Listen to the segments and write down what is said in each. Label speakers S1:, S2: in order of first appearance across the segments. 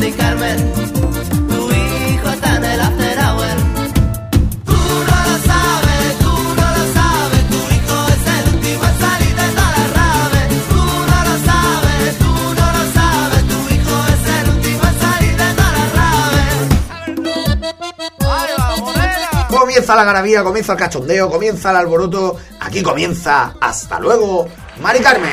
S1: y Carmen, tu hijo está en el after hour. Tú no lo sabes, tú no lo sabes, tu hijo es el último en salir de toda la rave. Tú no lo sabes, tú no lo sabes, tu hijo es el último en salir de toda la rave.
S2: Comienza la garabía, comienza el cachondeo, comienza el alboroto. Aquí comienza. Hasta luego, Mari Carmen.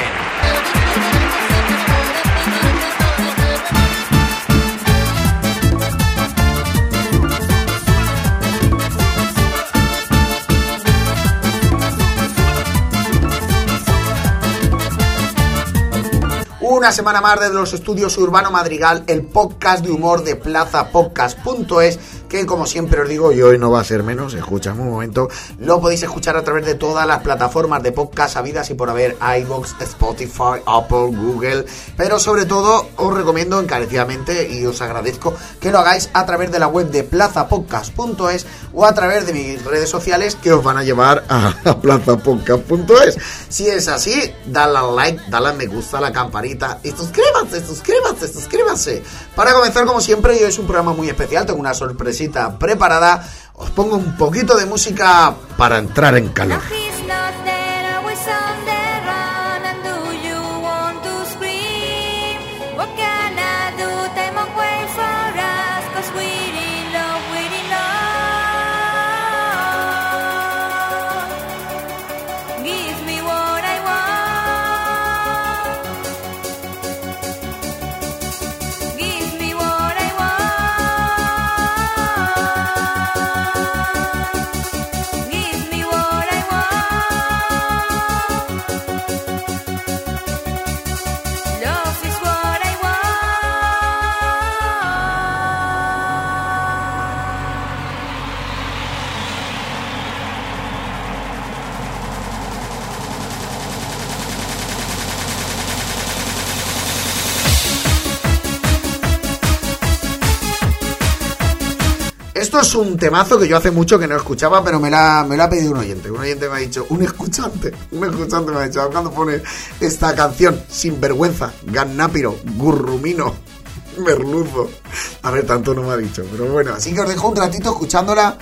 S2: Una semana más desde los estudios Urbano Madrigal, el podcast de humor de plazapodcast.es, que como siempre os digo, y hoy no va a ser menos, escuchadme un momento, lo podéis escuchar a través de todas las plataformas de podcast sabidas y por haber, iVoox, Spotify, Apple, Google, pero sobre todo os recomiendo encarecidamente y os agradezco que lo hagáis a través de la web de plazapodcast.es o a través de mis redes sociales que os van a llevar a plazapodcast.es. Si es así, dale al like, dale al me gusta, a la campanita y suscríbanse, suscríbanse, suscríbanse. Para comenzar, como siempre, hoy es un programa muy especial, tengo una sorpresita preparada. Os pongo un poquito de música para entrar en calor.
S3: He's not there, always on the run. And do you want to scream? What can I do? Time won't wait for us, cause we're in love, we're in love. Give me what I want. Give me what I want. Give me what I want. Love is what I want.
S2: Esto es un temazo que yo hace mucho que no escuchaba, pero me la, me la ha pedido un oyente. Un oyente me ha dicho, un escuchante, un escuchante me ha dicho, cuando pone esta canción, Sinvergüenza, Gannápiro, Gurrumino, Merluzo. A ver, tanto no me ha dicho, pero bueno, así que os dejo un ratito escuchándola.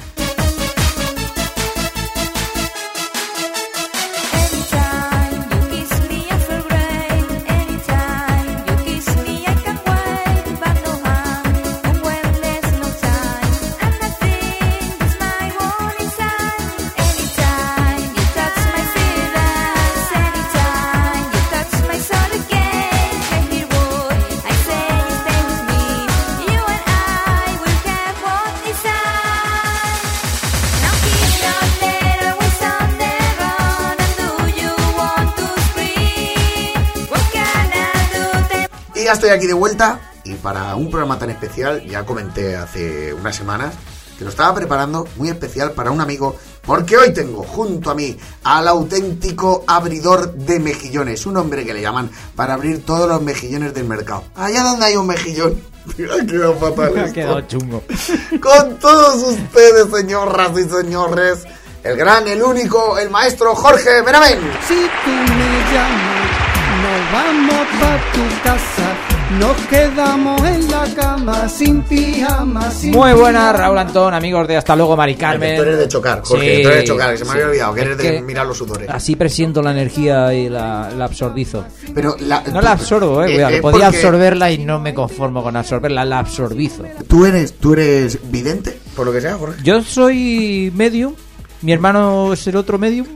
S3: Anytime you kiss me, I feel great. Anytime you kiss me, I can wait, but no harm. And when there's no time, and I think it's my warning sign. Anytime you touch my feelings, anytime you touch my soul again, I hear what I say. Stay with me, you and I will have what is ours. Now he's not there, always on the run. And do you want to scream? What can I do? They
S2: Y ya estoy aquí de vuelta. Y para un programa tan especial, ya comenté hace unas semanas que lo estaba preparando muy especial para un amigo, porque hoy tengo junto a mí al auténtico abridor de mejillones, un hombre que le llaman para abrir todos los mejillones del mercado. Allá donde hay un mejillón. Ha quedado fatal.
S4: Ha
S2: esto.
S4: quedado chungo.
S2: Con todos ustedes, señoras y señores, el gran, el único, el maestro Jorge Benavén.
S5: Si tú me llamas, nos vamos para tu casa. Nos quedamos en la cama sin pijama, sin
S4: Muy buenas,
S5: pijama.
S4: Raúl Antón, amigos de Hasta luego, Mari Carmen.
S2: Tú eres de chocar, Jorge, tú eres de chocar, que se me había olvidado, que
S4: Es
S2: eres de mirar los sudores.
S4: Así presiento la energía y la, la absorbizo.
S2: Pero la-
S4: No la absorbo, eh,
S2: Eh,
S4: cuidado,
S2: eh,
S4: Podía
S2: porque-
S4: absorberla y no me conformo con absorberla, la absorbizo.
S2: ¿Tú eres, tú eres vidente, por lo que sea, Jorge?
S4: Yo soy medium, mi hermano es el otro medium.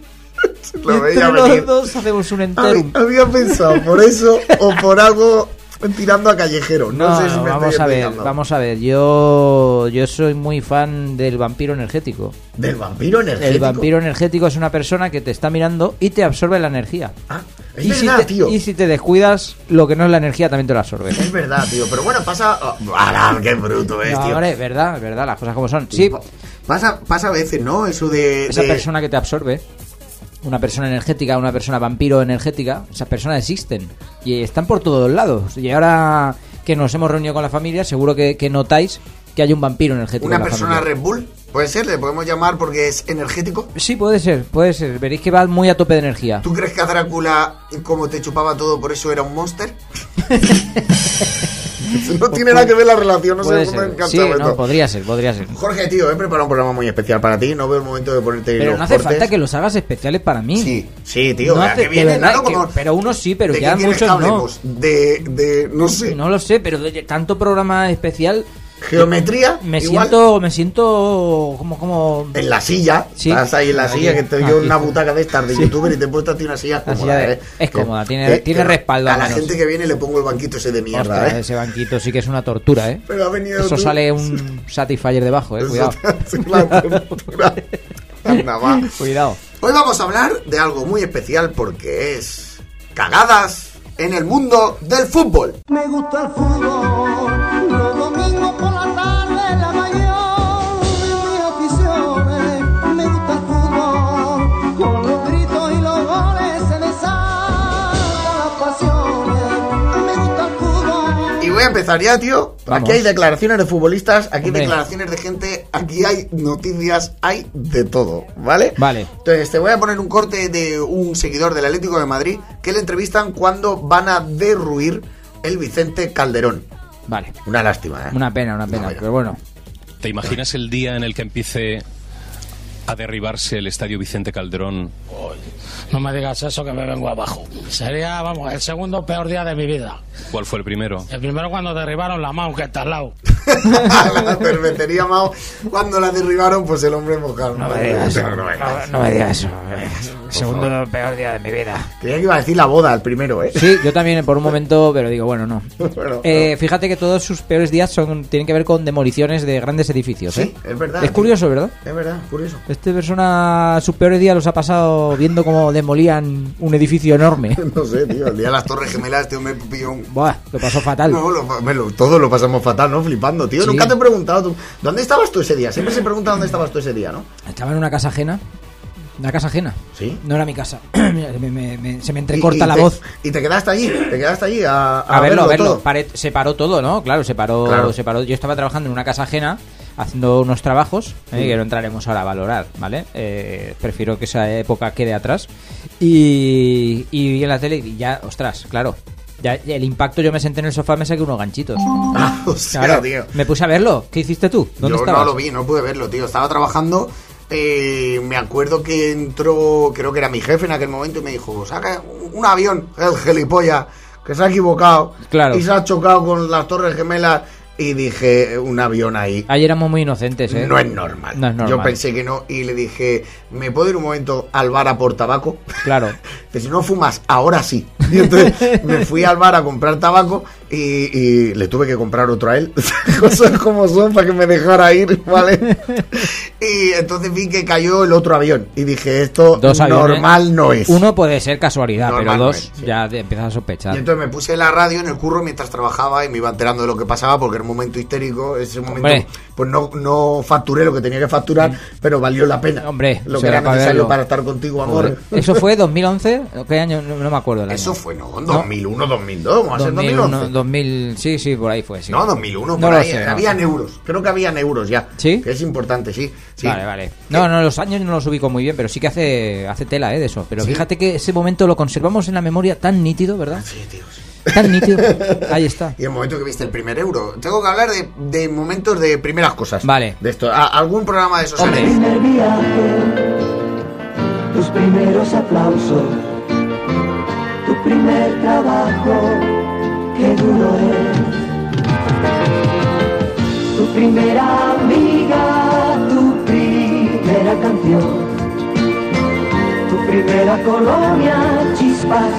S2: Lo
S4: y
S2: veía
S4: entre los
S2: venir.
S4: dos hacemos un enterum.
S2: Había, había pensado por eso o por algo tirando a callejero. No,
S4: No,
S2: sé si me
S4: vamos
S2: estoy
S4: a ver,
S2: explicando.
S4: vamos a ver. Yo, yo soy muy fan del vampiro energético.
S2: Del vampiro energético.
S4: El vampiro energético es una persona que te está mirando y te absorbe la energía.
S2: Ah, es
S4: y,
S2: verdad,
S4: si te,
S2: tío.
S4: y si te descuidas, lo que no es la energía también te la absorbe.
S2: Es verdad, tío. Pero bueno, pasa. oh, ¡Ara, qué bruto es,
S4: No,
S2: Pues, tío!
S4: hombre, verdad, verdad, las cosas como son. Sí,
S2: Pasa, pasa a veces, ¿no? Eso de.
S4: esa
S2: de-
S4: persona que te absorbe, una persona energética, una persona vampiro energética, esas personas existen y están por todos lados. Y ahora que nos hemos reunido con la familia, seguro que, que notáis que hay un vampiro energético. en
S2: Una
S4: la
S2: persona
S4: familia.
S2: Red Bull. Puede ser, le podemos llamar porque es energético.
S4: Sí, puede ser, puede ser. Veréis que va muy a tope de energía.
S2: ¿Tú crees que a Drácula, como te chupaba todo, por eso era un monster? No tiene nada que ver la relación, no sé
S4: Puede
S2: cómo me
S4: ser.
S2: encanta
S4: Sí,
S2: esto.
S4: no, podría ser, podría ser.
S2: Jorge, tío, he preparado un programa muy especial para ti. No veo el momento de ponerte
S4: Pero
S2: los
S4: no hace
S2: cortes.
S4: falta que los hagas especiales para mí.
S2: Sí, sí, tío.
S4: No
S2: vea
S4: hace-
S2: que
S4: de
S2: viene,
S4: verdad
S2: nada
S4: que-
S2: como-
S4: pero unos sí, pero
S2: ¿De
S4: ya
S2: qué Pues quieres
S4: muchos
S2: que
S4: no.
S2: hablemos? De, de, no sé,
S4: No lo sé, pero de tanto programa especial eh,
S2: geometría.
S4: me
S2: igual,
S4: siento me siento como como
S2: En la silla,
S4: Sí.
S2: estás ahí en la
S4: Aquí,
S2: silla, que estoy yo en
S4: aquí.
S2: una butaca de estas de youtuber y te he puesto a ti una silla
S4: La
S2: cómoda.
S4: silla de-
S2: ¿eh?
S4: es
S2: Que-
S4: cómoda, tiene- tiene respaldo,
S2: A
S4: al
S2: la
S4: menos.
S2: gente que viene le pongo el banquito ese de mierda,
S4: Ostras,
S2: ¿eh?
S4: ese banquito sí que es una tortura, ¿eh?
S2: Pero ha venido
S4: Eso
S2: tú.
S4: sale un Satisfyer debajo, ¿eh? Cuidado.
S2: Es una tortura. Anda, va.
S4: Cuidado.
S2: Hoy vamos a hablar de algo muy especial porque es cagadas en el mundo del fútbol.
S5: Me gusta el fútbol, los domingos por la tarde, la mayor de mis aficiones. Me gusta el fútbol, con los gritos y los goles se desatan las pasiones. Me gusta el fútbol.
S2: Y voy a empezar ya, tío.
S4: Vamos.
S2: Aquí hay declaraciones de futbolistas, aquí hay
S4: Hombre.
S2: declaraciones de gente, aquí hay noticias, hay de todo, ¿vale?
S4: Vale.
S2: Entonces te voy a poner un corte de un seguidor del Atlético de Madrid que le entrevistan cuando van a derruir el Vicente Calderón.
S4: Vale.
S2: Una lástima, ¿eh?
S4: Una pena, una pena,
S2: pena.
S4: pero bueno.
S6: ¿Te imaginas el día en el que empiece a derribarse el estadio Vicente Calderón?
S7: No me digas eso que me vengo abajo. Sería, vamos, el segundo peor día de mi vida.
S6: ¿Cuál fue el primero?
S7: El primero cuando derribaron la mano que está al lado.
S2: la cervecería Mao, cuando la derribaron, pues el hombre mojaron. No
S4: No me digas eso. Segundo peor día de mi vida.
S2: Creía que iba a decir la boda, el primero, ¿eh?
S4: Sí, yo también por un momento, pero digo, bueno, no.
S2: Bueno,
S4: Eh, fíjate que todos sus peores días son tienen que ver con demoliciones de grandes edificios,
S2: Sí,
S4: ¿eh?
S2: es verdad.
S4: Es curioso, ¿verdad?
S2: Es verdad, curioso.
S4: Este persona, sus peores días los ha pasado viendo cómo demolían un edificio enorme.
S2: No sé, tío, el día de las Torres Gemelas, este hombre pilló un
S4: Buah, lo pasó fatal.
S2: No, lo, me lo- todos lo pasamos fatal, ¿no? Flipando, tío.
S4: Sí.
S2: Nunca te he preguntado tú. ¿Dónde estabas tú ese día? Siempre se pregunta dónde estabas tú ese día, ¿no?
S4: Estaba en una casa ajena. Una casa ajena.
S2: Sí.
S4: No era mi casa. Mira, me- me- me- se
S2: Y-
S4: me entrecorta
S2: y
S4: la
S2: te-
S4: voz.
S2: Y te quedaste allí, te quedaste allí a,
S4: A, verlo, a verlo.
S2: todo.
S4: Pare- se paró todo, ¿no? Claro, se paró,
S2: Claro.
S4: se paró. Yo estaba trabajando en una casa ajena, haciendo unos trabajos, ¿eh?
S2: Mm.
S4: que no entraremos ahora a valorar, ¿vale? Eh, prefiero que esa época quede atrás. Y, y vi en la tele y ya, ostras, claro. Ya, ya el impacto, yo me senté en el sofá, me saqué unos ganchitos.
S2: Ah, o sea,
S4: Claro,
S2: tío.
S4: me puse a verlo. ¿Qué hiciste tú? ¿Dónde
S2: Yo
S4: estabas?
S2: no lo vi, no pude verlo, tío. Estaba trabajando. eh, me acuerdo que entró, creo que era mi jefe en aquel momento, y me dijo: saca un avión, el gilipollas, que se ha equivocado.
S4: Claro.
S2: Y se ha chocado con las Torres Gemelas. Y dije: un avión ahí.
S4: Ayer éramos muy inocentes, ¿eh?
S2: No es normal.
S4: Ah, No es normal.
S2: Yo pensé que no y le dije, ¿me puedo ir un momento al bar a por tabaco?
S4: Claro.
S2: Que si no fumas, ahora sí. Y entonces me fui al bar a comprar tabaco y, y le tuve que comprar otro a él. Cosas como son para que me dejara ir, ¿vale? Y entonces vi que cayó el otro avión y dije, esto
S4: Dos aviones.
S2: normal no es.
S4: Uno puede ser casualidad,
S2: Normal
S4: pero
S2: no
S4: dos
S2: es, sí.
S4: ya te empiezas a sospechar.
S2: Y entonces me puse la radio en el curro mientras trabajaba y me iba enterando de lo que pasaba porque era un momento histérico, ese momento
S4: Hombre. Mm.
S2: pues no, no facturé lo que tenía que facturar, pero valió la pena.
S4: Hombre,
S2: lo que
S4: será
S2: era
S4: para
S2: necesario
S4: verlo.
S2: para estar contigo, amor.
S4: Joder. ¿Eso fue 2011? ¿O ¿Qué año? No, no me acuerdo. el año.
S2: Eso fue, no, 2001, 2002, vamos a ser
S4: 2001,
S2: 2011.
S4: 2000, sí, sí, por ahí fue. sí.
S2: No, 2001, por
S4: No lo
S2: ahí,
S4: sé, no.
S2: había euros, creo que había euros ya.
S4: ¿Sí?
S2: Que es importante, sí. sí. Eh,
S4: Vale, vale. No, no, los años no los ubico muy bien, pero sí que hace, hace tela eh, de eso. Pero
S2: Sí.
S4: fíjate que ese momento lo conservamos en la memoria tan nítido, ¿verdad?
S2: Sí, tío, sí.
S4: Tan nítido. Ahí está.
S2: Y el momento que viste el primer euro. Tengo que hablar de, de momentos de primeras cosas.
S4: Vale.
S2: De esto. A- algún programa de esos.
S4: Hombre.
S2: sale.
S8: primer viaje, tus primeros aplausos, tu primer trabajo, qué duro es. Tu primera amiga, tu primera canción, tu primera colonia, chispas,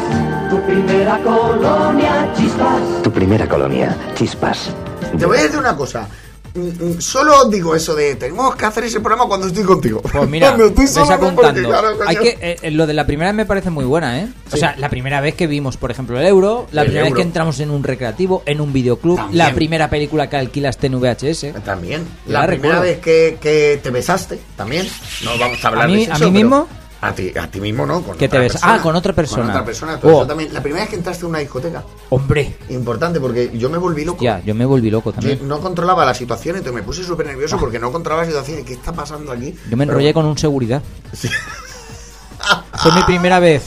S8: tu primera colonia, chispas.
S9: Tu primera colonia, Chispas.
S2: Te voy a decir una cosa. Mm, mm, Solo digo eso de tenemos que hacer ese programa cuando estoy contigo.
S4: Pues mira,
S2: Cuando estoy
S4: me
S2: solo,
S4: está
S2: no, porque,
S4: contando.
S2: claro, coño.
S4: Hay que, eh, eh, lo de la primera vez me parece muy buena, ¿eh? O sea, la primera vez que vimos, por ejemplo, el euro, la
S2: El
S4: primera
S2: Euro.
S4: vez que entramos en un recreativo, en un videoclub,
S2: También.
S4: la primera película que alquilaste en VHS.
S2: También.
S4: Ya
S2: La, primera
S4: recuerdo.
S2: vez que, que te besaste, también. No vamos a hablar
S4: ¿A mí-
S2: de
S4: a
S2: sexo,
S4: mí
S2: pero-
S4: mismo?
S2: A ti, a ti mismo no. Con
S4: Que te
S2: otra
S4: bes-
S2: persona.
S4: ah, con otra persona.
S2: Con otra persona. todo
S4: Oh.
S2: eso también. La primera vez que entraste a una discoteca.
S4: Hombre,
S2: Importante, porque yo me volví loco.
S4: ya, yo me volví loco también. Ah.
S2: Yo no controlaba la situación, entonces me puse súper nervioso porque no controlaba la situación. ¿Qué está pasando aquí?
S4: Yo me
S2: Pero-
S4: enrollé con un seguridad. Fue mi primera vez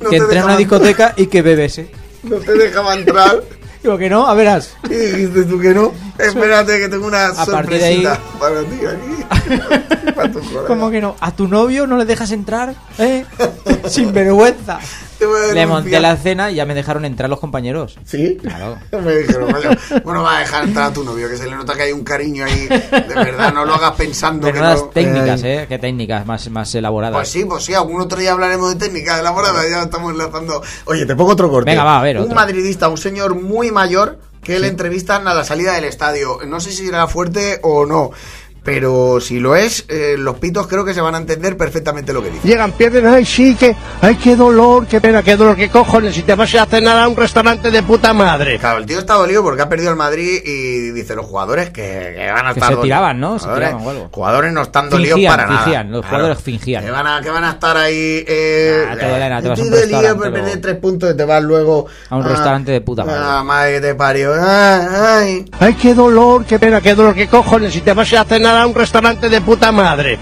S2: No
S4: que
S2: te
S4: entré a una
S2: dejaban.
S4: discoteca y que bebese.
S2: No te dejaba entrar.
S4: Digo que no, a verás.
S2: ¿Qué dijiste tú que no? Espérate que tengo una
S4: A partir de ahí-
S2: sorpresita para ti aquí. para tu colega.
S4: ¿Cómo que no? ¿A tu novio no le dejas entrar? ¿Eh? Sin vergüenza.
S2: Te voy a
S4: Le
S2: denunciar.
S4: monté la cena y ya me dejaron entrar los compañeros.
S2: ¿Sí?
S4: Claro.
S2: Me dijeron, vale, bueno, va a dejar entrar a tu novio, que se le nota que hay un cariño ahí. De verdad, no lo hagas pensando que
S4: Menudas
S2: no.
S4: técnicas,
S2: Eh,
S4: ¿eh? Qué técnicas más, más elaboradas.
S2: Pues sí, pues sí, algún otro día hablaremos de técnicas elaboradas, ya estamos enlazando. Oye, te pongo otro corte.
S4: Venga, va, a ver,
S2: Un
S4: otro.
S2: madridista, un señor muy mayor, que le entrevistan a la salida del estadio. No sé si será fuerte o no, pero si lo es, eh, los pitos creo que se van a entender perfectamente lo que dice.
S10: Llegan, pierden, ay, sí, que, ay, qué dolor, qué pena, qué dolor, qué cojones, si te vas a cenar a un restaurante de puta madre.
S2: Claro, el tío está dolido porque ha perdido el Madrid y dice los jugadores que, que van a estar
S4: se
S2: dolidos.
S4: tiraban, ¿no? Se
S2: Jugadores,
S4: tiraban o algo.
S2: jugadores no están
S4: Fingían,
S2: dolidos para nada.
S4: fingían, los jugadores fingían.
S2: Que van a, que van a estar ahí. Eh,
S4: Nah, te duele nada, te vas a un
S2: estoy dolido
S4: restaurante
S2: por
S4: luego.
S2: perder tres puntos y te vas luego
S4: A un restaurante de puta madre.
S2: Ah, madre que te parió. Ah, ay.
S10: Ay, qué dolor, qué pena, qué dolor, qué cojones, si te vas a cenar a un restaurante de puta madre.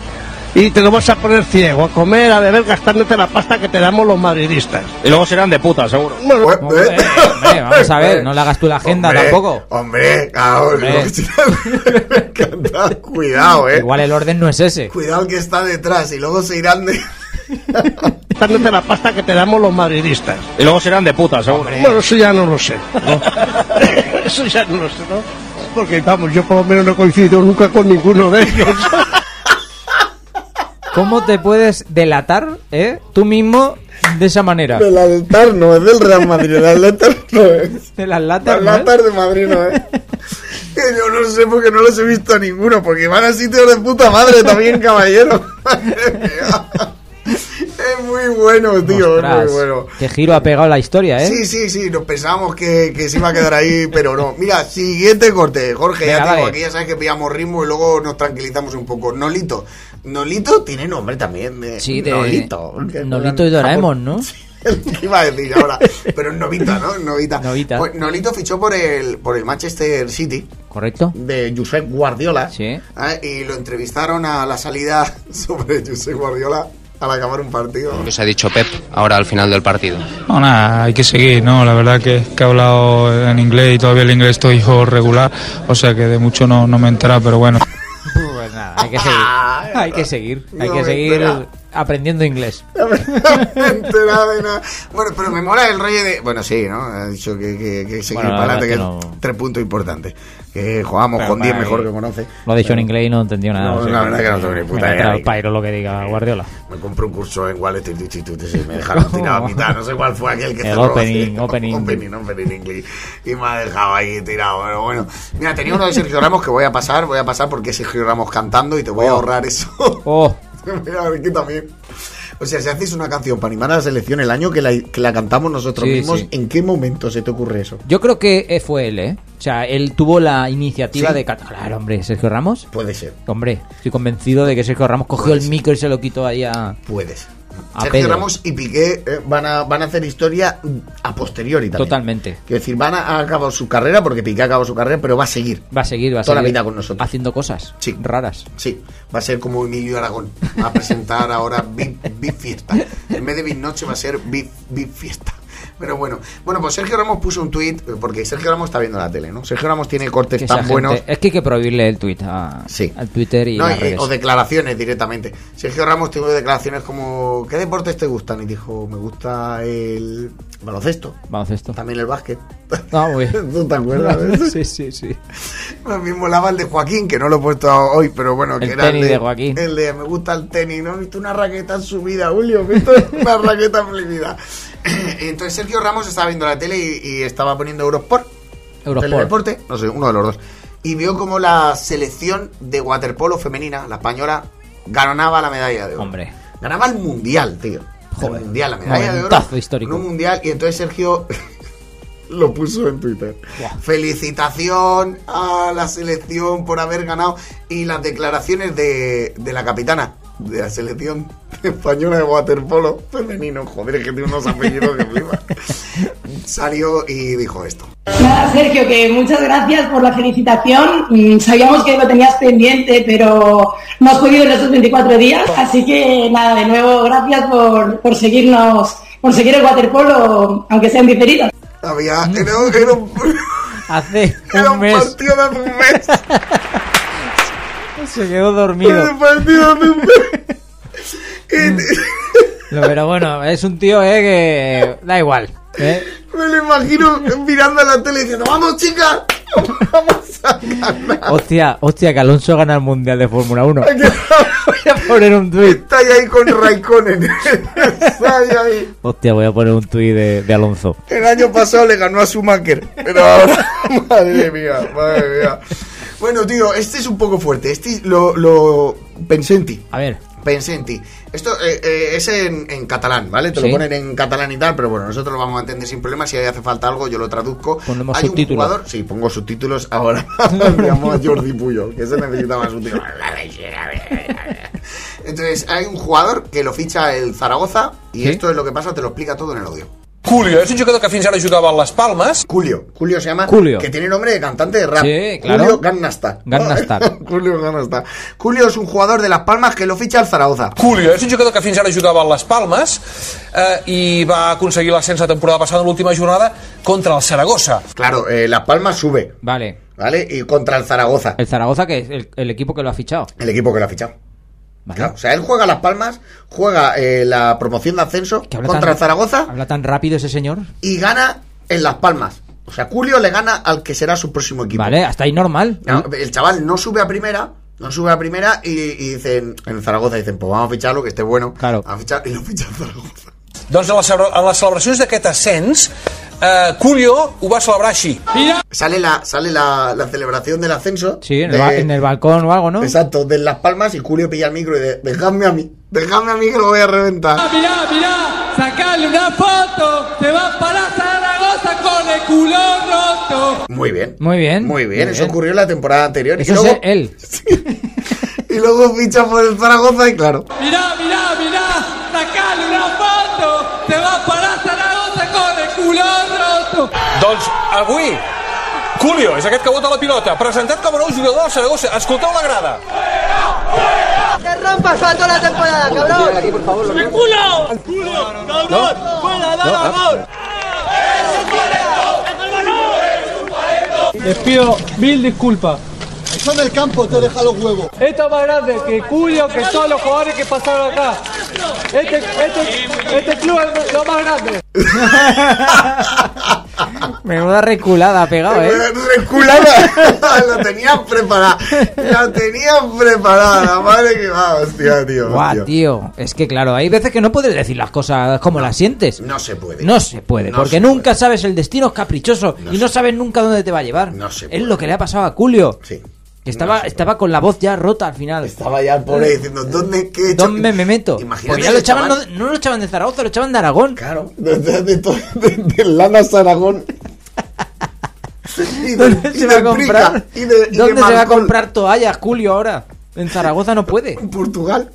S10: Y te lo vas a poner ciego, a comer, a beber, gastándote la pasta que te damos los madridistas.
S11: Y luego serán de puta, seguro.
S10: Bueno,
S4: Hombre, hombre, vamos a ver, no le hagas tú la agenda
S2: Hombre,
S4: tampoco.
S2: Hombre, cabrón.
S4: Hombre.
S2: Me encanta. Cuidado, eh.
S4: Igual el orden no es ese.
S2: Cuidado que está detrás y luego se irán de.
S10: gastándote la pasta que te damos los madridistas.
S11: Y luego serán de puta, seguro.
S10: Bueno, eso ya no lo sé. eso ya no lo sé, ¿no? Porque, vamos, yo por lo menos no coincido nunca con ninguno de ellos.
S4: ¿Cómo te puedes delatar, eh? Tú mismo de esa manera.
S2: Del altar no es del eh. Real Madrid, el altar no es.
S4: De las latas,
S2: El
S4: ¿no?
S2: altar de Madrid no es. Que Yo no sé porque no los he visto a ninguno, porque van a sitios de puta madre también, caballero. es muy bueno, tío, es
S4: Ostras,
S2: muy bueno.
S4: Qué giro ha pegado la historia, ¿eh?
S2: Sí, sí, sí, nos pensábamos que, que se iba a quedar ahí, pero no. Mira, siguiente corte, Jorge, ya
S4: Venga,
S2: te digo,
S4: dale.
S2: aquí ya sabes que pillamos ritmo y luego nos tranquilizamos un poco. Nolito. Nolito tiene nombre también. eh,
S4: Sí, de-
S2: Nolito.
S4: Nolito y Doraemon, ¿no?
S2: ¿Qué iba a decir ahora? Pero es Novita, ¿no? Novita.
S4: Novita.
S2: Pues Nolito fichó por el, por el Manchester City
S4: ¿Correcto?
S2: de Josep Guardiola.
S4: Sí.
S2: ¿eh? Y lo entrevistaron a la salida sobre Josep Guardiola al acabar un partido.
S11: os ha dicho Pep ahora al final del partido?
S7: No, nada, hay que seguir, ¿no? La verdad que, que he hablado en inglés y todavía el inglés estoy hijo regular, o sea que de mucho no, no me he enterado, pero bueno.
S4: Pues nada, hay que seguir. Hay que seguir. Hay
S2: No
S4: que
S2: me
S4: seguir
S2: entera.
S4: aprendiendo inglés.
S2: No me he enterado de nada. Bueno, pero me mola el rollo de. Bueno, sí, ¿no? Ha dicho que, que, que seguir
S4: Bueno, la
S2: para adelante, que,
S4: verdad que
S2: es
S4: no.
S2: tres puntos importantes. Que jugamos
S11: Pero
S2: con 10
S11: para
S2: mejor
S11: ahí.
S2: que conoce.
S4: Lo ha dicho en inglés y no entendió nada.
S2: No,
S4: o sea
S2: la verdad que no tengo ni
S4: me
S2: puta
S4: la
S2: idea.
S4: trae pairo lo que diga Guardiola.
S2: Me compré un curso en Wallet Institute y me dejaron tirado a mitad. No sé cuál fue aquel que
S4: Oh. El
S2: cerró,
S4: opening,
S2: sí.
S4: opening.
S2: opening, opening English. Y me ha dejado ahí tirado. Pero bueno, mira, tenía uno de Sergio Ramos que voy a pasar. Voy a pasar porque es Sergio Ramos cantando y te voy a ahorrar eso.
S4: Oh,
S2: Mira, a ver, que también. O sea, si haces una canción para animar a la selección el año que la, que la cantamos nosotros
S4: Sí,
S2: mismos,
S4: sí.
S2: ¿en qué momento se te ocurre eso?
S4: yo creo que eh, fue él, ¿eh? O sea, él tuvo la iniciativa
S2: Sí.
S4: de. cata- Claro, hombre, Sergio Ramos.
S2: Puede ser,
S4: Hombre, estoy convencido de que Sergio Ramos cogió
S2: Pues
S4: el micro y se lo quitó ahí a.
S2: puede ser.
S4: A
S2: Sergio
S4: Pedro.
S2: Ramos y Piqué eh, van, a, van a hacer historia a posteriori también.
S4: Totalmente.
S2: Quiero decir, van a, ha acabado su carrera, porque Piqué ha acabado su carrera, pero va a seguir.
S4: Va a seguir, va a
S2: Toda la
S4: seguir
S2: vida con nosotros.
S4: Haciendo cosas
S2: Sí.
S4: raras.
S2: Sí, va a ser como Emilio Aragón. Va a presentar ahora Big, Big Fiesta. En vez de Big Noche va a ser Big, Big Fiesta. Pero bueno, bueno, pues Sergio Ramos puso un tuit, eh, porque Sergio Ramos está viendo la tele, ¿no? Sergio Ramos tiene cortes
S4: Que esa
S2: tan
S4: gente-
S2: buenos.
S4: Es que hay que prohibirle el tweet a,
S2: Sí.
S4: al Twitter y
S2: No,
S4: las
S2: y- eh,
S4: redes.
S2: o declaraciones directamente. Sergio Ramos tuvo declaraciones como, ¿qué deportes te gustan? Y dijo, me gusta el baloncesto,
S4: Vamos esto.
S2: también el básquet.
S4: Ah, muy bien.
S2: ¿Tú te acuerdas de eso?
S4: sí, sí, sí.
S2: Lo mismo lava el de Joaquín, que no lo he puesto hoy, pero bueno,
S4: El
S2: que era
S4: tenis de Joaquín.
S2: El de me gusta el tenis, no he visto una raqueta en su vida, Julio, he visto una raqueta en mi vida. Entonces Sergio Ramos estaba viendo la tele y, y estaba poniendo Eurosport,
S4: Eurosport.
S2: Teledeporte, no sé, uno de los dos. Y vio como la selección de waterpolo femenina, la española, ganaba la medalla de oro.
S4: Hombre.
S2: Ganaba el mundial, tío.
S4: Joder.
S2: el mundial, la medalla de oro.
S4: Momentazo histórico.
S2: En un mundial. Y entonces Sergio lo puso en Twitter.
S4: Buah.
S2: Felicitación a la selección por haber ganado. Y las declaraciones de, de la capitana de la selección española de waterpolo femenino. Joder, es que tiene unos apellidos que flipa. Salió y dijo esto.
S8: Nada, Sergio, que muchas gracias por la felicitación. Mm, Sabíamos que lo tenías pendiente, pero no has podido en estos 24 días. Así que nada, de nuevo, gracias por, por seguirnos, por seguir el waterpolo, aunque sea en diferido.
S2: Ah, Había. Era, un- era un,
S4: Hace
S2: era
S4: un
S2: un
S4: mes
S2: partido de hace un mes.
S4: se quedó
S2: Era
S4: dormido.
S2: un partido de hace un
S4: Mm.
S2: mes.
S4: No, Pero bueno, es un tío eh, que da igual. ¿eh?
S2: Y me lo imagino mirando a la tele diciendo: ¡Vamos, chicas! ¡Vamos a ganar!
S4: Hostia, hostia, que Alonso gana el mundial de Fórmula 1.
S2: Aquí
S4: Voy a poner un tuit.
S2: Está ahí con Raikkonen. Está ahí.
S4: Hostia, voy a poner un tuit de, de Alonso.
S2: El año pasado le ganó a Schumacher. Pero ahora, madre mía, madre mía. Bueno, tío, este es un poco fuerte. Este lo, lo pensé en ti.
S4: A ver.
S2: Pensé en ti. Esto eh, eh, es en, en catalán, ¿vale? Te
S4: Sí.
S2: lo ponen en catalán y tal, pero bueno, nosotros lo vamos a entender sin problema. Si ahí hace falta algo, yo lo traduzco.
S4: Ponemos
S2: Hay un
S4: subtítulos.
S2: jugador, sí, pongo subtítulos ahora. Llamo a Jordi Puyol, que se necesitaba subtítulos. Entonces, hay un jugador que lo ficha el Zaragoza y esto es lo que pasa, te lo explica todo en el audio.
S12: Julio, és un jugador que fins ara jugava a les Palmes.
S2: Julio, Julio se llama,
S12: Julio.
S2: que tiene nombre de cantante de rap.
S12: Sí, claro.
S2: Julio Gangnasta.
S12: Gangnam Style.
S2: Julio Gangnasta. Julio es un jugador de Las Palmas que lo ficha el Zaragoza.
S12: Julio és un jugador que fins ara jugava a les Palmes eh, i va aconseguir l'ascens la temporada passada en l'última jornada contra el Saragossa.
S2: Claro, eh, Las Palmas sube.
S4: Vale.
S2: ¿Vale? Y contra el Zaragoza.
S4: El Zaragoza, que es el, el equipo que lo ha fichado.
S2: El equipo que lo ha fichado. Claro, o sea, él juega Las Palmas, juega eh, la promoción de ascenso
S4: habla
S2: contra
S4: tan-
S2: el Zaragoza
S4: Habla tan rápido ese señor.
S2: y gana en Las Palmas. O sea, Julio le gana al que será su próximo equipo.
S4: Vale, hasta ahí normal.
S2: No, el chaval no sube a primera, no sube a primera y, y dicen, en Zaragoza dicen, pues vamos a ficharlo, que esté bueno. Claro. A fichar, y lo ficha el Zaragoza.
S12: Doncs en, la, celebra- en les celebracions d'aquest ascens, eh, Julio ho va celebrar així.
S2: Sale la, sale la, la celebración del ascenso.
S4: Sí, en, el,
S2: de-
S4: ba- en el balcón o algo, ¿no?
S2: Exacto, de Las Palmas y Julio pilla el micro y de, dejadme a mí, dejadme a mí que lo voy a reventar.
S1: Mirá, mirá, sacale una foto, te vas para Zaragoza con el culo roto.
S2: Muy bien.
S4: Muy bien.
S2: Muy bien,
S4: Muy
S2: eso
S4: bien.
S2: ocurrió en la temporada anterior.
S4: Eso
S2: y, luego,
S4: es él.
S2: y luego ficha por el Zaragoza y claro.
S1: Mirá, mirá, mirá, sacale una foto, te vas para Zaragoza con el culo roto.
S12: Doncs avui, Julio és aquest que vota la pilota, presentat com a nou jugador del Saragossa. Escolteu la grada.
S1: Te rompas para toda la temporada, cabrón. ¡El culo! ¡El culo! ¡Gol! ¡Fuera,
S12: No, no.
S1: gol!
S13: Les pido mil disculpas. Yo en el campo te deja los huevos. Esto es más grande que Julio, que todos los jugadores que pasaron acá. Este, este, este club es lo más grande.
S4: Menuda reculada ha pegado, ¿eh?
S2: Reculada. la tenía preparada. La tenía preparada. Madre que va, hostia, tío.
S4: Guau,
S2: hostia.
S4: tío. Es que claro, hay veces que no puedes decir las cosas como las sientes.
S2: No se puede.
S4: No se puede,
S2: No
S4: porque
S2: se
S4: nunca sabes el destino es caprichoso y no sabes nunca dónde te va a llevar. es lo que le ha pasado a Julio. Que estaba, estaba con la voz ya rota al final. Eh,
S2: Estaba ya el pobre diciendo, ¿dónde qué he hecho?
S4: ¿Dónde me meto? Porque ya lo echaban, no, no lo echaban de Zaragoza, lo echaban de Aragón.
S2: Claro. De, de, de to- de- de Lana Aragón. Y de-
S4: ¿Dónde
S2: y de
S4: se va a comprar?
S2: Prica, y de- y de
S4: ¿Dónde se va a
S2: Marcol.
S4: comprar toallas, Julio, ahora? En Zaragoza no puede. En
S2: Portugal.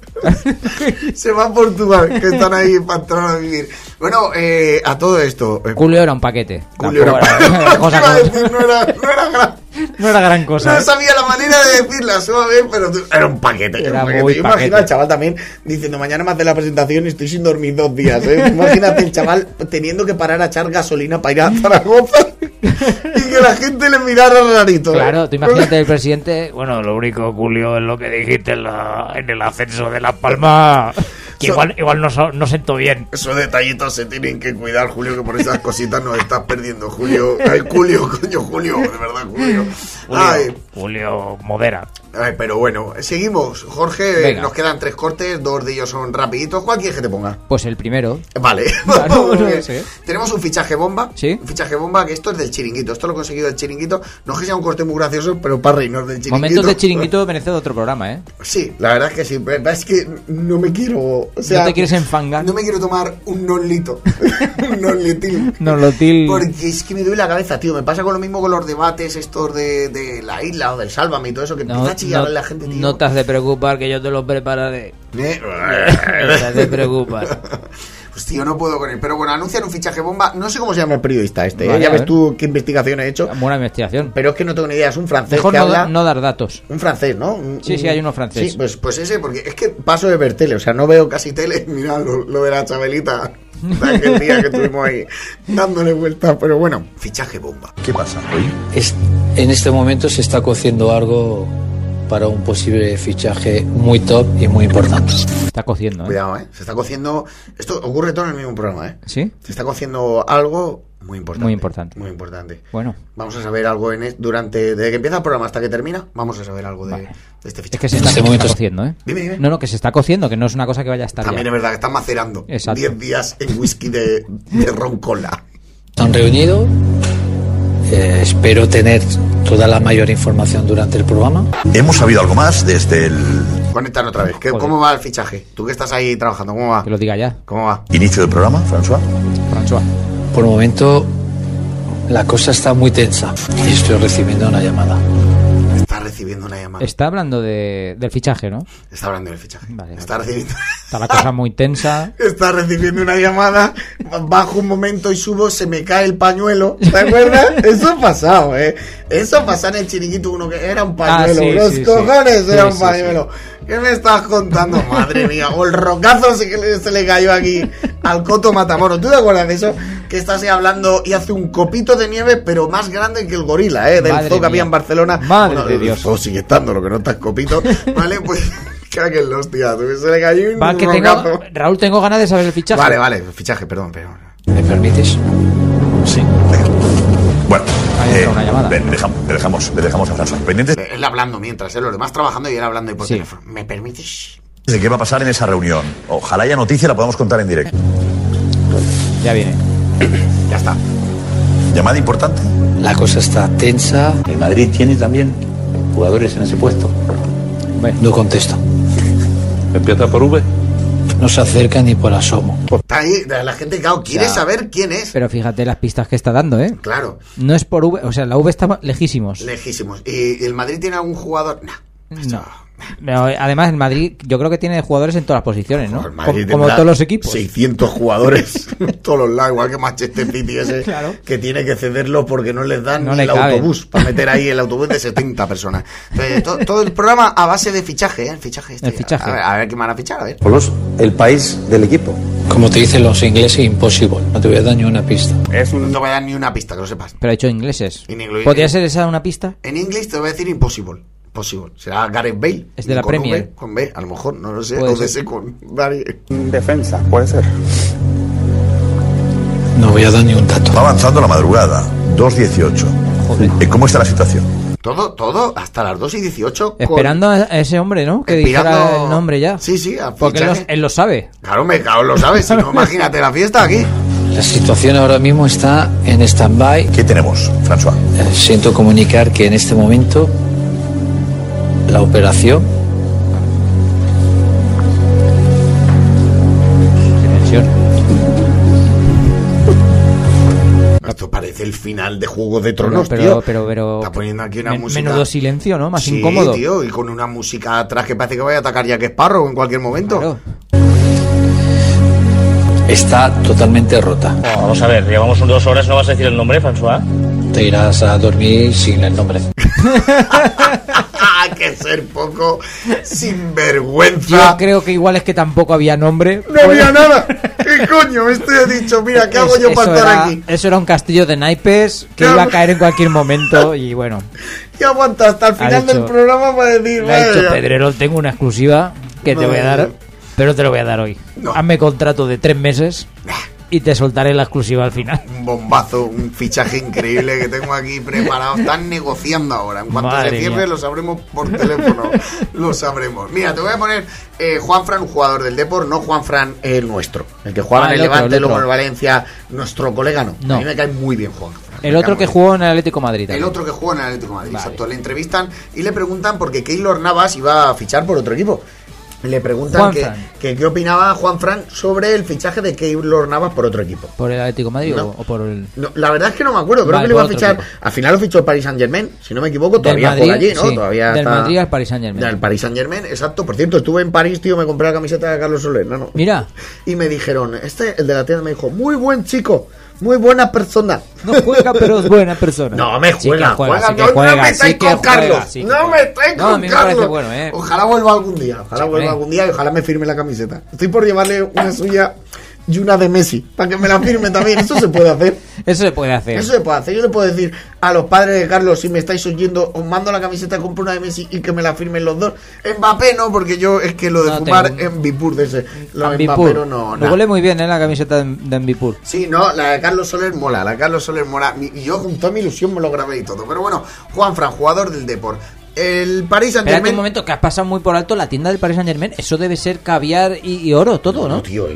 S2: Se va a Portugal, que están ahí para entrar a vivir. Bueno, eh, a todo esto. eh,
S4: Julio era un paquete.
S2: Julio era-
S4: Tampoco era- Ah,
S2: Iba
S4: cosa
S2: a
S4: como-
S2: decir, no era, no era gran
S4: no era gran cosa.
S2: No
S4: ¿eh?
S2: sabía la manera de decirla suave, pero tú- era un paquete.
S4: Era
S2: un paquete.
S4: muy
S2: Yo imagino
S4: paquete.
S2: al chaval también diciendo, mañana me hace la presentación y estoy sin dormir dos días. ¿eh? Imagínate el chaval teniendo que parar a echar gasolina para ir a Zaragoza y que la gente le mirara rarito. ¿eh?
S4: Claro, tú imagínate el presidente. Bueno, lo único, Julio, es lo que dijiste en, la- en el ascenso de Las Palmas. Que igual, igual no, so- no sentó bien.
S2: Esos detallitos se tienen que cuidar, Julio, que por esas cositas nos estás perdiendo, Julio. Ay, Julio, coño, Julio, de verdad, Julio. Ay,
S4: Julio, modera.
S2: ay, pero bueno, seguimos. Jorge, eh,
S4: Venga.
S2: nos quedan tres cortes, dos de ellos son rapiditos. ¿Cuál quieres que te ponga?
S4: Pues el primero.
S2: Vale.
S4: Claro,
S2: Muy
S4: no
S2: bien.
S4: sé.
S2: Tenemos un fichaje bomba. Un fichaje bomba que esto es del chiringuito. Esto lo he conseguido del chiringuito. No es que sea un corte muy gracioso, pero para reírnos del chiringuito.
S4: Momentos de chiringuito merece otro programa, ¿eh?
S2: Sí, la verdad es que sí. La verdad es que no me quiero. O sea,
S4: te quieres enfangar?
S2: No me quiero tomar un nonlito. un nonlitil.
S4: No lo til.
S2: Porque es que me duele la cabeza, tío. Me pasa con lo mismo con los debates estos de, de la isla o del sálvame y todo eso, que
S4: No,
S2: empieza a chillar
S4: no-
S2: la gente, tío. Eh,
S4: no te has de preocupar que yo te lo prepararé. No te has de preocupar.
S2: Pues tío, no puedo con él. Pero bueno, anuncian un fichaje bomba. No sé cómo se llama el periodista este. ¿eh?
S4: Vale,
S2: ya
S4: a
S2: ves
S4: ver.
S2: tú qué investigación he hecho.
S4: Buena investigación.
S2: Pero es que no tengo ni idea. Es un francés
S4: Mejor
S2: que
S4: no,
S2: habla.
S4: no dar datos.
S2: Un francés, ¿no? Un-
S4: Sí, sí,
S2: un-
S4: hay uno francés.
S2: Sí, pues, pues ese, porque es que paso de ver tele. O sea, no veo casi tele. Mira lo, lo de la chabelita. de aquel día que estuvimos ahí dándole vueltas, pero bueno, fichaje bomba.
S14: ¿Qué pasa? en este momento se está cociendo algo para un posible fichaje muy top y muy importante.
S4: Está cociendo, ¿eh?
S2: Cuidado, ¿eh? Se está cociendo. Esto ocurre todo en el mismo programa, ¿eh?
S4: ¿Sí?
S2: Se está cociendo algo muy importante.
S4: Muy importante.
S2: Muy importante.
S4: Bueno.
S2: Vamos a saber algo en es- durante desde que empieza el programa hasta que termina. Vamos a saber algo de, de este fichaje.
S4: Es que se está, se está cociendo, ¿eh?
S2: Dime, dime.
S4: No, no, que se está cociendo, que no es una cosa que vaya a estar
S2: También
S4: ya.
S2: es verdad que está macerando.
S4: Exacto.
S2: 10 días en whisky de, de ron cola.
S14: Se han reunido. eh, espero tener toda la mayor información durante el programa. Hemos sabido algo más desde el
S2: Conectar otra vez. ¿Qué- ¿Cómo va el fichaje? Tú que estás ahí trabajando, ¿cómo va? Que
S4: lo diga ya.
S2: ¿Cómo va?
S14: inicio del programa, François. Por el momento la cosa está muy tensa y estoy recibiendo una llamada.
S2: Está recibiendo una llamada.
S4: Está hablando de, del fichaje, ¿no?
S2: Está hablando del fichaje.
S4: Vale,
S2: Está
S4: vale.
S2: recibiendo.
S4: Está la cosa muy tensa.
S2: Está recibiendo una llamada, bajo un momento y subo, se me cae el pañuelo. ¿Te acuerdas? Eso ha pasado, ¿eh? Eso ha pasado en el chiringuito uno que era
S4: Ah,
S2: un pañuelo.
S1: sí,
S2: Los
S1: sí, sí.
S2: cojones
S1: Sí,
S2: era un
S1: sí,
S2: pañuelo. ¿Qué me estás contando? Madre mía. O el rocazo se, que le- se le cayó aquí al Coto Matamoro. ¿Tú te acuerdas de eso? Que estás ahí hablando y hace un copito de nieve, pero más grande que el gorila, ¿eh? Del
S4: Madre
S2: zoo que había
S4: mía.
S2: en Barcelona.
S4: Madre
S2: Bueno,
S4: de
S2: el
S4: Dios.
S2: zoo sigue estando, lo que no estás copito. Vale, pues. Crack el hostia, tú, se le cayó un
S4: Va, que tengo-
S2: rocazo.
S4: Raúl, tengo ganas de saber el fichaje.
S2: Vale, vale, fichaje, perdón, perdón.
S14: ¿Me permites?
S15: Sí. Bueno, eh, ven, deja- le dejamos, le dejamos a François pendientes
S2: Él hablando mientras, ¿eh? los demás trabajando y él hablando ahí por
S15: Sí.
S2: teléfono. ¿Me permites?
S15: de qué va a pasar en esa reunión. Ojalá haya noticia, la podamos contar en directo.
S4: Ya viene.
S2: Ya está.
S15: Llamada importante.
S14: La cosa está tensa. El Madrid tiene también jugadores en ese puesto. No contesto.
S11: Empieza por V.
S14: No se acerca ni por asomo.
S2: Está ahí, la la gente, claro, quiere
S4: Ya. Eh.
S2: saber quién es.
S4: Pero fíjate las pistas que está dando, ¿eh?
S2: Claro,
S4: No es por V, o sea, la V está lejísimos.
S2: lejísimos. ¿Y el Madrid tiene algún jugador? Nah.
S4: No. No, Además, el Madrid, yo creo que tiene jugadores en todas las posiciones, ¿no?
S2: Pues El Madrid
S4: Como- como
S2: tendrá
S4: todos los equipos.
S2: 600 jugadores en todos los lados, igual que Manchester City ese, que tiene que cederlo porque no les dan
S4: No
S2: ni
S4: le
S2: el
S4: caben.
S2: autobús para meter ahí el autobús de 70 personas. Entonces, to- todo el programa a base de fichaje, ¿eh? El fichaje este.
S14: El fichaje.
S2: A ver, a ver quién van a fichar, a ver.
S14: el país del equipo. Como te dicen los ingleses, imposible. No te voy a dar ni una pista.
S2: No voy a dar ni una pista, que lo sepas.
S4: Pero ha hecho ingleses.
S2: En inglés.
S4: ¿Podría ser esa una pista?
S2: En inglés te voy a decir impossible. Possible. Será Gareth Bale.
S4: Es de la
S2: con
S4: Premier.
S2: V, con B, a lo mejor, no lo sé.
S4: Puede
S2: O de
S4: ser.
S2: C con Dari.
S15: Defensa, puede ser.
S14: No voy a dar ni un dato.
S15: Va avanzando la madrugada, 2.18. Eh, ¿Cómo está la situación?
S2: Todo, todo, hasta las 2 y 18. con-
S4: Esperando a a ese hombre, ¿no? Que
S2: Esperando-
S4: dijera el nombre ya.
S2: Sí, sí, a
S4: Porque él,
S2: fichaje.
S4: los- él lo sabe.
S2: Claro, me cago, en lo sabes. Si no, imagínate la fiesta aquí.
S14: La situación ahora mismo está en stand-by. Eh,
S15: ¿Qué tenemos, François?
S14: siento comunicar que en este momento la operación
S2: Esto parece el final de Juego de Tronos,
S4: pero,
S2: tío.
S4: pero, pero-
S2: Está poniendo aquí una
S4: men-
S2: música.
S4: Menudo silencio, ¿no? Más
S2: sí,
S4: incómodo.
S2: tío, y con una música atrás que parece que vaya a atacar ya que es Sparrow en cualquier momento.
S14: está totalmente rota.
S16: Vamos a ver, llevamos un- dos horas, ¿no vas a decir el nombre, François?
S14: Te irás a dormir sin el nombre.
S2: Ah, Hay que ser poco sinvergüenza.
S4: Yo creo que igual es que tampoco había nombre.
S2: No había nada. ¿Qué coño? Este he dicho, mira, ¿qué hago
S4: Es-
S2: yo para
S4: eso
S2: estar
S4: era-
S2: aquí?
S4: Eso era un castillo de naipes que iba a caer en cualquier momento y bueno.
S2: Y aguanta hasta el final
S4: dicho-
S2: del programa para decir,
S4: Le ha
S2: "Madre
S4: dicho
S2: mía".
S4: Pedrerol, tengo una exclusiva que te voy a dar,
S2: Madre.
S4: pero te lo voy a dar hoy. Hazme contrato de tres meses y te soltaré la exclusiva al final.
S2: un bombazo, un fichaje increíble que tengo aquí preparado. Están negociando ahora. En cuanto
S4: Madre
S2: se cierre,
S4: mía.
S2: lo sabremos por teléfono. lo sabremos. Mira, te voy a poner eh, Juanfran, un jugador del Depor, no Juanfran eh, el nuestro. El que jugaba
S4: Ah,
S2: en el
S4: el otro,
S2: Levante,
S4: el
S2: luego en
S4: otro.
S2: el Valencia, nuestro colega no.
S4: No.
S2: A mí me cae muy bien Juanfran.
S4: El
S2: Me
S4: otro
S2: cae
S4: que
S2: muy
S4: jugó en el Atlético de Madrid.
S2: el
S4: también.
S2: otro que juega en el Atlético de Madrid, exacto. Le entrevistan y le preguntan porque Keylor Navas iba a fichar por otro equipo. Le preguntan que,
S4: Juanfran.
S2: que qué opinaba Juan Fran sobre el fichaje de Keylor Navas por otro equipo.
S4: ¿Por el Atlético de Madrid
S2: No.
S4: o, o por el.?
S2: No, la verdad es que no me acuerdo, creo
S4: Vale,
S2: que lo iba a
S4: por otro
S2: fichar.
S4: equipo.
S2: Al final lo fichó el Paris Saint Germain, si no me equivoco, todavía
S4: Madrid,
S2: juega allí, ¿no?
S4: sí.
S2: Todavía
S4: Del
S2: está-
S4: Madrid al Paris Saint Germain.
S2: Del Paris Saint Germain, exacto. Por cierto, estuve en París, tío, me compré la camiseta de Carlos Soler, no, no.
S4: Mira.
S2: Y me dijeron, este, el de la tienda me dijo, muy buen chico, muy buena persona.
S4: No juega, pero es buena persona.
S2: No, me
S4: Sí que
S2: juega,
S4: juega,
S2: juega.
S4: sí que
S2: No, no
S4: juega,
S2: me
S4: sí
S2: estáis
S4: que
S2: con
S4: juega,
S2: Carlos.
S4: sí que
S2: no me
S4: juega.
S2: estáis
S4: No,
S2: con
S4: a mí me
S2: Carlos. Oh.
S4: parece bueno, ¿eh?
S2: Ojalá vuelva algún día. Ojalá
S4: Sí, eh.
S2: vuelva
S4: hombre.
S2: algún día y ojalá me firme la camiseta. Estoy por llevarle una suya y una de Messi, para que me la firme también. Eso se puede hacer.
S4: Eso se puede hacer.
S2: Eso se puede hacer. Yo le puedo decir a los padres de Carlos, si me estáis oyendo, os mando la camiseta, compro una de Messi y que me la firmen los dos. Mbappé no, porque yo es que lo de
S4: No,
S2: fumar
S4: tengo-
S2: en Bipur de ese. Lo de
S4: Ambipur.
S2: Mbappé no, no.
S4: Me
S2: nada.
S4: huele muy bien, ¿eh? La camiseta de, de Ambipur.
S2: Sí, no, la de Carlos Soler mola, la de Carlos Soler mola. Mi- Y yo con toda mi ilusión me lo grabé y todo. Pero bueno, Juanfran, jugador del Deport. El París Saint
S4: Espérate un
S2: Germain.
S4: momento, que has pasado muy por alto la tienda del Paris Saint Germain. Eso debe ser caviar y, y oro, todo, ¿no?
S2: No, tío,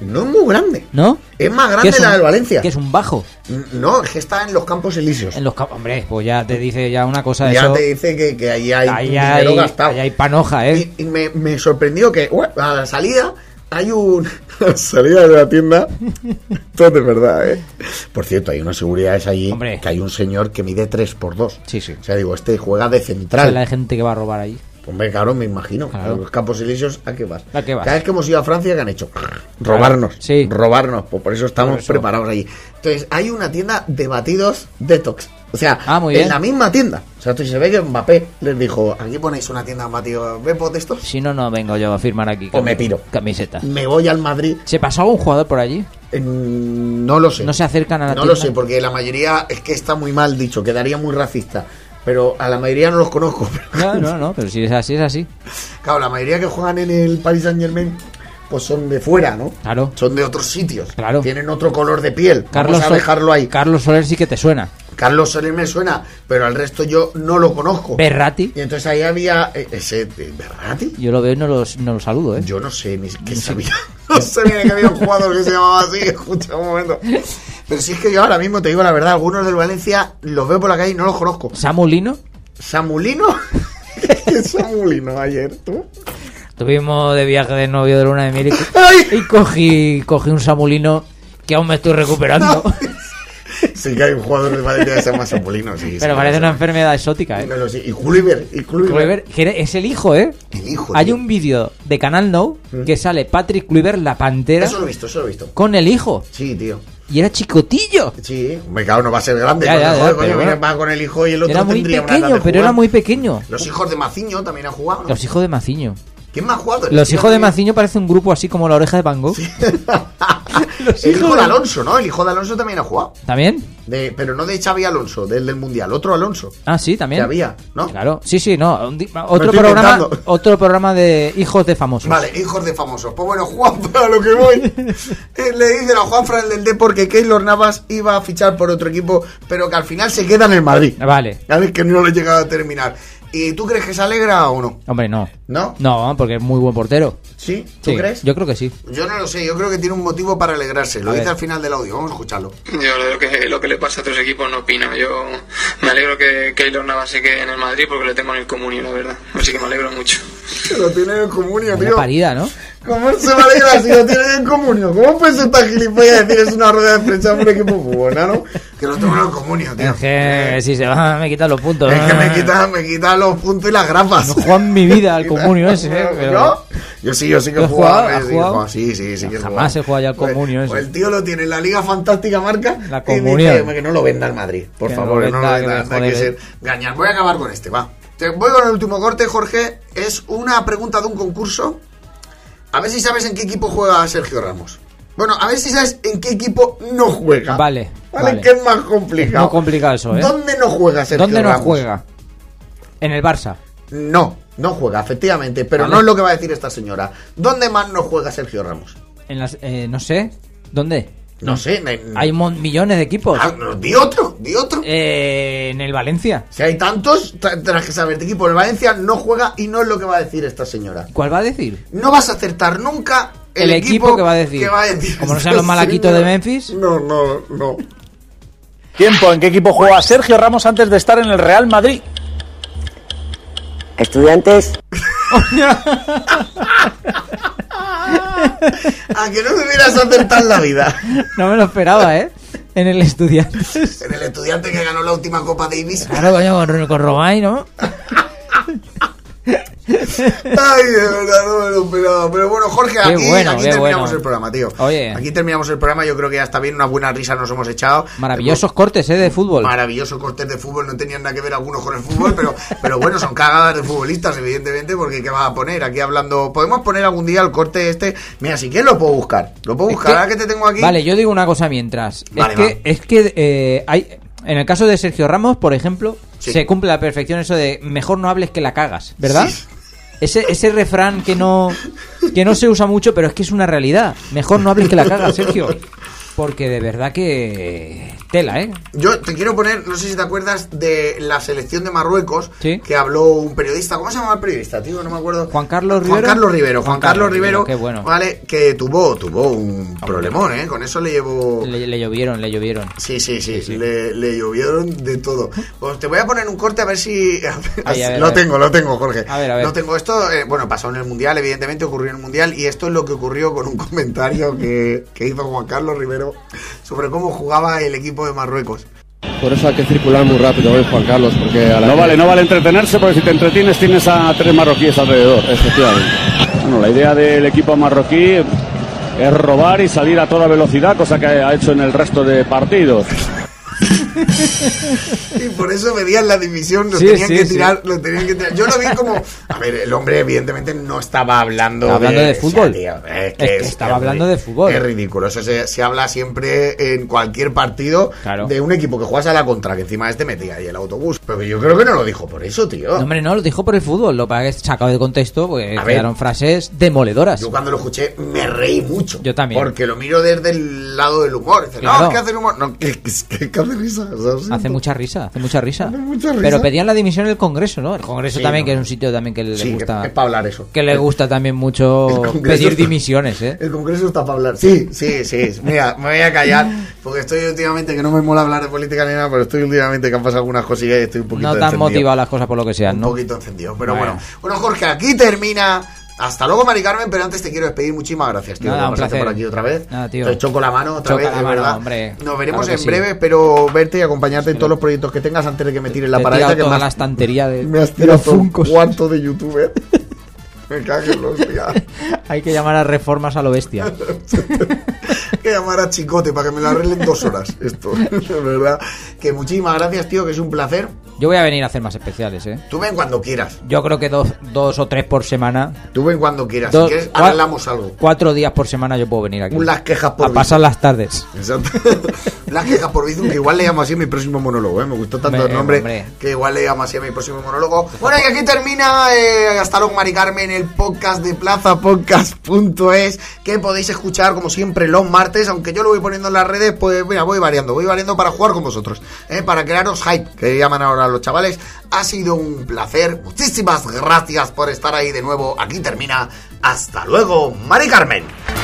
S2: no es muy grande.
S4: ¿No?
S2: Es más
S4: ¿Qué
S2: grande
S4: es
S2: la
S4: un-
S2: del Valencia.
S4: Que es un bajo.
S2: No, es que está en los Campos Elíseos.
S4: En los campos, hombre, pues ya te dice ya una cosa de
S2: ya
S4: eso.
S2: te dice que, que ahí hay
S4: Ahí
S2: dinero
S4: hay-
S2: gastado.
S4: ahí hay panoja, ¿eh?
S2: Y, y me, me sorprendió que ua, a la salida hay un. a la salida de la tienda. Esto es de verdad, ¿eh? Por cierto, hay una seguridad es allí que hay un señor que mide 3x2.
S4: Sí, sí.
S2: O sea, digo, este juega de central.
S4: Es la de gente que va a robar ahí.
S2: Hombre, claro, me imagino.
S4: Claro.
S2: A Los Campos Elíseos, ¿a qué vas?
S4: ¿A qué vas?
S2: Cada vez que hemos ido a Francia, ¿qué han hecho? Robarnos. Sí. Robarnos. Pues por eso estamos
S4: Por eso.
S2: preparados allí. Entonces, hay una tienda de batidos detox. O sea, en
S4: Ah, bien.
S2: la misma tienda. O sea, tú se ve que Mbappé les dijo, aquí ponéis una tienda de batidos detox de estos.
S4: Si no, no vengo yo a firmar aquí.
S2: O Pues me piro.
S4: Camiseta.
S2: Me voy al Madrid.
S4: ¿Se pasó algún jugador por allí?
S2: No lo sé.
S4: No se acercan a la
S2: No
S4: tienda.
S2: lo sé, porque la mayoría es que está muy mal dicho, quedaría muy racista. Pero a la mayoría no los conozco.
S4: No, no, no, pero si es así, es así.
S2: Claro, la mayoría que juegan en el Paris Saint Germain, pues son de fuera, ¿no?
S4: Claro.
S2: Son de otros sitios.
S4: Claro.
S2: Tienen otro color de piel.
S4: Carlos,
S2: Vamos a
S4: Sol-
S2: dejarlo ahí.
S4: Carlos Soler sí que te suena.
S2: Carlos Soler me suena, pero al resto yo no lo conozco.
S4: Berrati.
S2: Y entonces ahí había eh, ese eh, Berrati.
S4: Yo lo veo y no los- no lo saludo, ¿eh?
S2: Yo no sé ni qué sabía. No sabía que había un jugador que se llamaba así. Escucha un momento. Pero si es que yo ahora mismo te digo la verdad, algunos del Valencia los veo por la calle y no los conozco.
S4: ¿Samulino?
S2: ¿Samulino? ¿Qué es Samulino ayer, tú?
S4: Estuvimos de viaje de novio de luna de miel y, y cogí, cogí un samulino que aún me estoy recuperando.
S2: Sí que hay un jugador de Valencia que se llama Samulino, sí.
S4: pero
S2: sí,
S4: parece
S2: sí.
S4: una enfermedad exótica, ¿eh?
S2: No lo sé. Y Kluivert, y Kluivert.
S4: Kluivert, que era- es el hijo, ¿eh?
S2: El hijo.
S4: Hay
S2: tío. Mm.
S4: un vídeo de Canal Now que sale Patrick Kluivert, la pantera,
S2: Eso lo he visto, eso lo he visto.
S4: con el hijo.
S2: Sí, tío.
S4: Y era chicotillo.
S2: Sí. Hombre, claro, no va a ser grande.
S4: Ya,
S2: coño,
S4: ya, ya,
S2: joder, coño,
S4: pero
S2: mira,
S4: bueno.
S2: va con el hijo y el otro
S4: Era muy
S2: tendría una edad
S4: pequeño,
S2: de
S4: pero era
S2: jugar.
S4: muy pequeño.
S2: Los hijos de Maciño también han jugado, ¿no?
S4: Los hijos de Maciño.
S2: ¿Quién más ha jugado?
S4: Los hijos de Maciño parece un grupo así como la oreja de Van Gogh.
S2: El hijo de Alonso, ¿no? El hijo de Alonso también ha jugado.
S4: ¿También?
S2: De- pero no de Xavi Alonso, del del Mundial. Otro Alonso.
S4: Ah, sí, también.
S2: Que había, ¿no?
S4: Claro. Sí, sí, no. un di-
S2: Me
S4: Otro
S2: estoy
S4: programa,
S2: inventando.
S4: otro programa de hijos de famosos.
S2: Vale, hijos de famosos. Pues bueno, Juan, a lo que voy. eh, Le dicen a Juan Fran del Depor que Keylor Navas iba a fichar por otro equipo, pero que al final se queda en el Madrid.
S4: Vale.
S2: A ver que no lo he llegado a terminar. ¿Y tú crees que se alegra o no?
S4: Hombre, no.
S2: ¿No?
S4: No, porque es muy buen portero.
S2: ¿Sí? ¿Tú
S4: Sí,
S2: crees?
S4: Yo creo que sí.
S2: Yo no lo sé, yo creo que tiene un motivo para alegrarse. Lo
S4: A
S2: dice
S4: ver.
S2: al final del audio, vamos a escucharlo.
S17: Yo lo que, lo que le pasa a otros equipos no opino. Yo me alegro que Keylor Navas se quede en el Madrid porque le tengo en el comunio, la verdad. Así que me alegro mucho.
S2: Lo tiene en comunio,
S4: Una parida, ¿no?
S2: ¿Cómo se va a alegrar si lo tiene en comunio? ¿Cómo puede ser tan gilipollas decir es una rueda de prensa por un equipo fútbol, ¿no? Que lo toman en comunio, tío. Eh,
S4: Es que si se va, me quitan los puntos.
S2: Es que me quita, me quita los puntos y las grapas.
S4: Ah. No juegan mi vida al comunio ese, ¿eh? Pero-
S2: ¿Yo? Yo sí, yo sí que
S4: ¿Has
S2: he jugado.
S4: jugado?
S2: eh,
S4: ¿Has
S2: sí,
S4: jugado?
S2: jugado, Sí, sí, sí que he
S4: Jamás he
S2: jugado.
S4: jugado ya al comunio
S2: Pues
S4: ese.
S2: el tío lo tiene en la Liga Fantástica Marca.
S4: La
S2: y dice,
S4: comunión.
S2: "Hombre, que no lo venda al Madrid. Por
S4: Que no
S2: favor,
S4: lo
S2: que no lo
S4: venda, que
S2: venda.
S4: me
S2: Hay que
S4: jode,
S2: ser
S4: eh.
S2: gañán. Voy a acabar con este, va. Te voy con el último corte, Jorge. Es una pregunta de un concurso. A ver si sabes en qué equipo juega Sergio Ramos. Bueno, a ver si sabes en qué equipo no juega.
S4: Vale.
S2: Vale,
S4: vale.
S2: que es más complicado.
S4: Muy complicado eso, ¿eh?
S2: ¿Dónde no juega Sergio
S4: ¿Dónde no
S2: Ramos?
S4: juega? En el Barça.
S2: No, no juega, efectivamente, pero
S4: Vale.
S2: no es lo que va a decir esta señora. ¿Dónde más no juega Sergio Ramos?
S4: En las, eh, no sé. ¿Dónde?
S2: No sé, en-
S4: Hay mon- millones de equipos.
S2: Ah, no, di otro, di otro.
S4: Eh, en el Valencia.
S2: Si hay tantos, tra- tendrás que saber de equipo. El Valencia no juega y no es lo que va a decir esta señora.
S4: ¿Cuál va a decir?
S2: No vas a acertar nunca
S4: El, equipo, que va a decir.
S2: que va a decir
S4: Como no
S2: esta
S4: sean los malaquitos de
S2: señora.
S4: Memphis.
S2: No, no, no.
S18: Tiempo, ¿en qué equipo juega Sergio Ramos antes de estar en el Real Madrid?
S19: Estudiantes.
S2: A que no me hubieras acertado en la vida.
S4: No me lo esperaba, ¿eh? En el estudiante.
S2: En el estudiante que ganó la última Copa Davis.
S4: Claro, coño, con, con Romain, ¿no?
S2: Ay, de verdad, no me lo esperaba. Pero bueno, Jorge,
S4: Qué
S2: aquí,
S4: bueno,
S2: aquí
S4: qué
S2: terminamos
S4: bueno.
S2: el programa, tío.
S4: Oye.
S2: Aquí terminamos el programa, yo creo que ya está bien, una buena risa nos hemos echado.
S4: Maravillosos cortes, ¿eh? De fútbol.
S2: Maravilloso cortes de fútbol, no tenían nada que ver algunos con el fútbol, pero, pero bueno, son cagadas de futbolistas, evidentemente, porque ¿qué vas a poner? Aquí hablando, podemos poner algún día el corte este. Mira, si quieres lo puedo buscar, lo puedo buscar, ahora que te tengo aquí.
S4: Vale, yo digo una cosa mientras.
S2: Vale,
S4: es que, es que eh, hay. En el caso de Sergio Ramos, por ejemplo,
S2: Sí.
S4: se cumple a la perfección eso de mejor no hables que la cagas, ¿verdad? Ese, ese refrán que no, que no se usa mucho, pero es que es una realidad. Mejor no hables que la cagas, Sergio. Porque de verdad que. Tela, ¿eh?
S2: Yo te quiero poner, no sé si te acuerdas de la selección de Marruecos que habló un periodista. ¿Cómo se llama el periodista, tío? No me acuerdo. Juan
S4: Carlos
S2: Juan
S4: Rivero.
S2: Carlos Rivero. Juan,
S4: Juan
S2: Carlos,
S4: Carlos
S2: Rivero.
S4: Rivero, qué bueno.
S2: Vale, que tuvo, tuvo un problemón, ¿eh? Con eso le llevó.
S4: Le, le llovieron, le llovieron.
S2: Sí, sí, sí. Le, le llovieron de todo. Pues te voy a poner un corte a ver si. a ver-
S4: Ay, a ver,
S2: lo
S4: a ver.
S2: tengo, lo tengo, Jorge.
S4: A ver, a ver.
S2: Lo tengo. Esto, eh, bueno, pasó en el Mundial, evidentemente ocurrió en el Mundial. Y esto es lo que ocurrió con un comentario que, que hizo Juan Carlos Rivero sobre cómo jugaba el equipo de Marruecos.
S19: Por eso hay que circular muy rápido, ¿eh, Juan Carlos, porque a la
S18: No
S19: que-
S18: vale, no vale entretenerse porque si te entretienes tienes a tres marroquíes alrededor.
S19: Efectivamente.
S18: Bueno, la idea del equipo marroquí es robar y salir a toda velocidad, cosa que ha hecho en el resto de partidos.
S2: Y por eso veían la división, lo,
S18: Sí,
S2: tenían
S18: sí,
S2: que
S18: sí.
S2: tirar, lo tenían que tirar. Yo lo vi como. A ver, el hombre, evidentemente, no estaba hablando.
S4: Estaba hablando de fútbol.
S2: tío, eh, es
S4: Es que estaba hablando de fútbol.
S2: Es ridículo. Eso se, se habla siempre en cualquier partido de un equipo que juegas a la contra, que encima este metía ahí el autobús. Pero yo creo que no lo dijo por eso, tío.
S4: No, hombre, no, lo dijo por el fútbol. Lo que pasa es que sacado de contexto, porque
S2: A ver.
S4: quedaron frases demoledoras.
S2: Yo cuando lo escuché me reí mucho.
S4: Yo también.
S2: Porque lo miro desde el lado del humor. Dice,
S4: Claro.
S2: No, es que hace humor. No, que, que- que hace risa. o sea, lo siento.
S4: Hace mucha risa, hace mucha risa.
S2: risa.
S4: Pero pedían la dimisión del Congreso, ¿no? El Congreso
S2: Sí,
S4: también,
S2: no.
S4: que es un sitio también que le
S2: Sí, que
S4: gusta.
S2: es para hablar eso.
S4: Que le gusta también mucho
S2: Congreso
S4: pedir
S2: está-
S4: dimisiones, ¿eh?
S2: El Congreso está para hablar. Sí, sí, sí. Mira, me voy a callar porque estoy últimamente, que no me mola hablar de política ni nada, pero estoy últimamente que han pasado algunas cosillas y estoy un poquito
S4: No te han
S2: encendido.
S4: motivado las cosas por lo que sean, ¿no?
S2: Un poquito encendido, pero bueno. bueno. Jorge, aquí termina. Hasta luego, Mari Carmen, pero antes te quiero despedir. Muchísimas gracias, tío.
S4: Nada,
S2: por
S4: un
S2: pasarte
S4: placer.
S2: por aquí otra vez.
S4: Nada, tío.
S2: Te choco la mano otra
S4: Choca
S2: vez,
S4: la
S2: de
S4: mano,
S2: verdad.
S4: hombre.
S2: Nos veremos
S4: Claro que
S2: en
S4: sí.
S2: breve, espero verte y acompañarte en todos los proyectos que tengas antes de que me tires la
S4: Te he
S2: parada.
S4: tirado
S2: Que
S4: toda
S2: me has-
S4: la estantería de,
S2: me has
S4: de los
S2: tirado todo un
S4: Funkos.
S2: cuarto de youtuber. me cago en los días.
S4: Hay que llamar a reformas a lo bestia.
S2: que llamar a Chicote para que me lo arreglen dos horas. Esto, de verdad. Que muchísimas gracias, tío, que es un placer.
S4: Yo voy a venir a hacer más especiales, ¿eh?
S2: Tú ven cuando quieras.
S4: Yo creo que dos, dos o tres por semana.
S2: Tú ven cuando quieras.
S4: Dos-
S2: si quieres,
S4: cua-
S2: hablamos algo.
S4: Cuatro días por semana yo puedo venir aquí.
S2: Un las quejas por
S4: a pasar las tardes.
S2: Exacto. Las quejas por Bizum, que igual le llamo así a mi próximo monólogo. ¿eh? Me gustó tanto
S4: Hombre,
S2: el nombre
S4: hombre.
S2: que igual le llamo así a mi próximo monólogo. Bueno, y aquí termina eh, hasta luego, Mari Carmen, el podcast de plazapodcast.es que podéis escuchar como siempre los martes, aunque yo lo voy poniendo en las redes, pues mira, voy variando, voy variando para jugar con vosotros, ¿eh? para crearos hype, que llaman ahora los chavales. Ha sido un placer, muchísimas gracias por estar ahí de nuevo. Aquí termina. Hasta luego, Mari Carmen.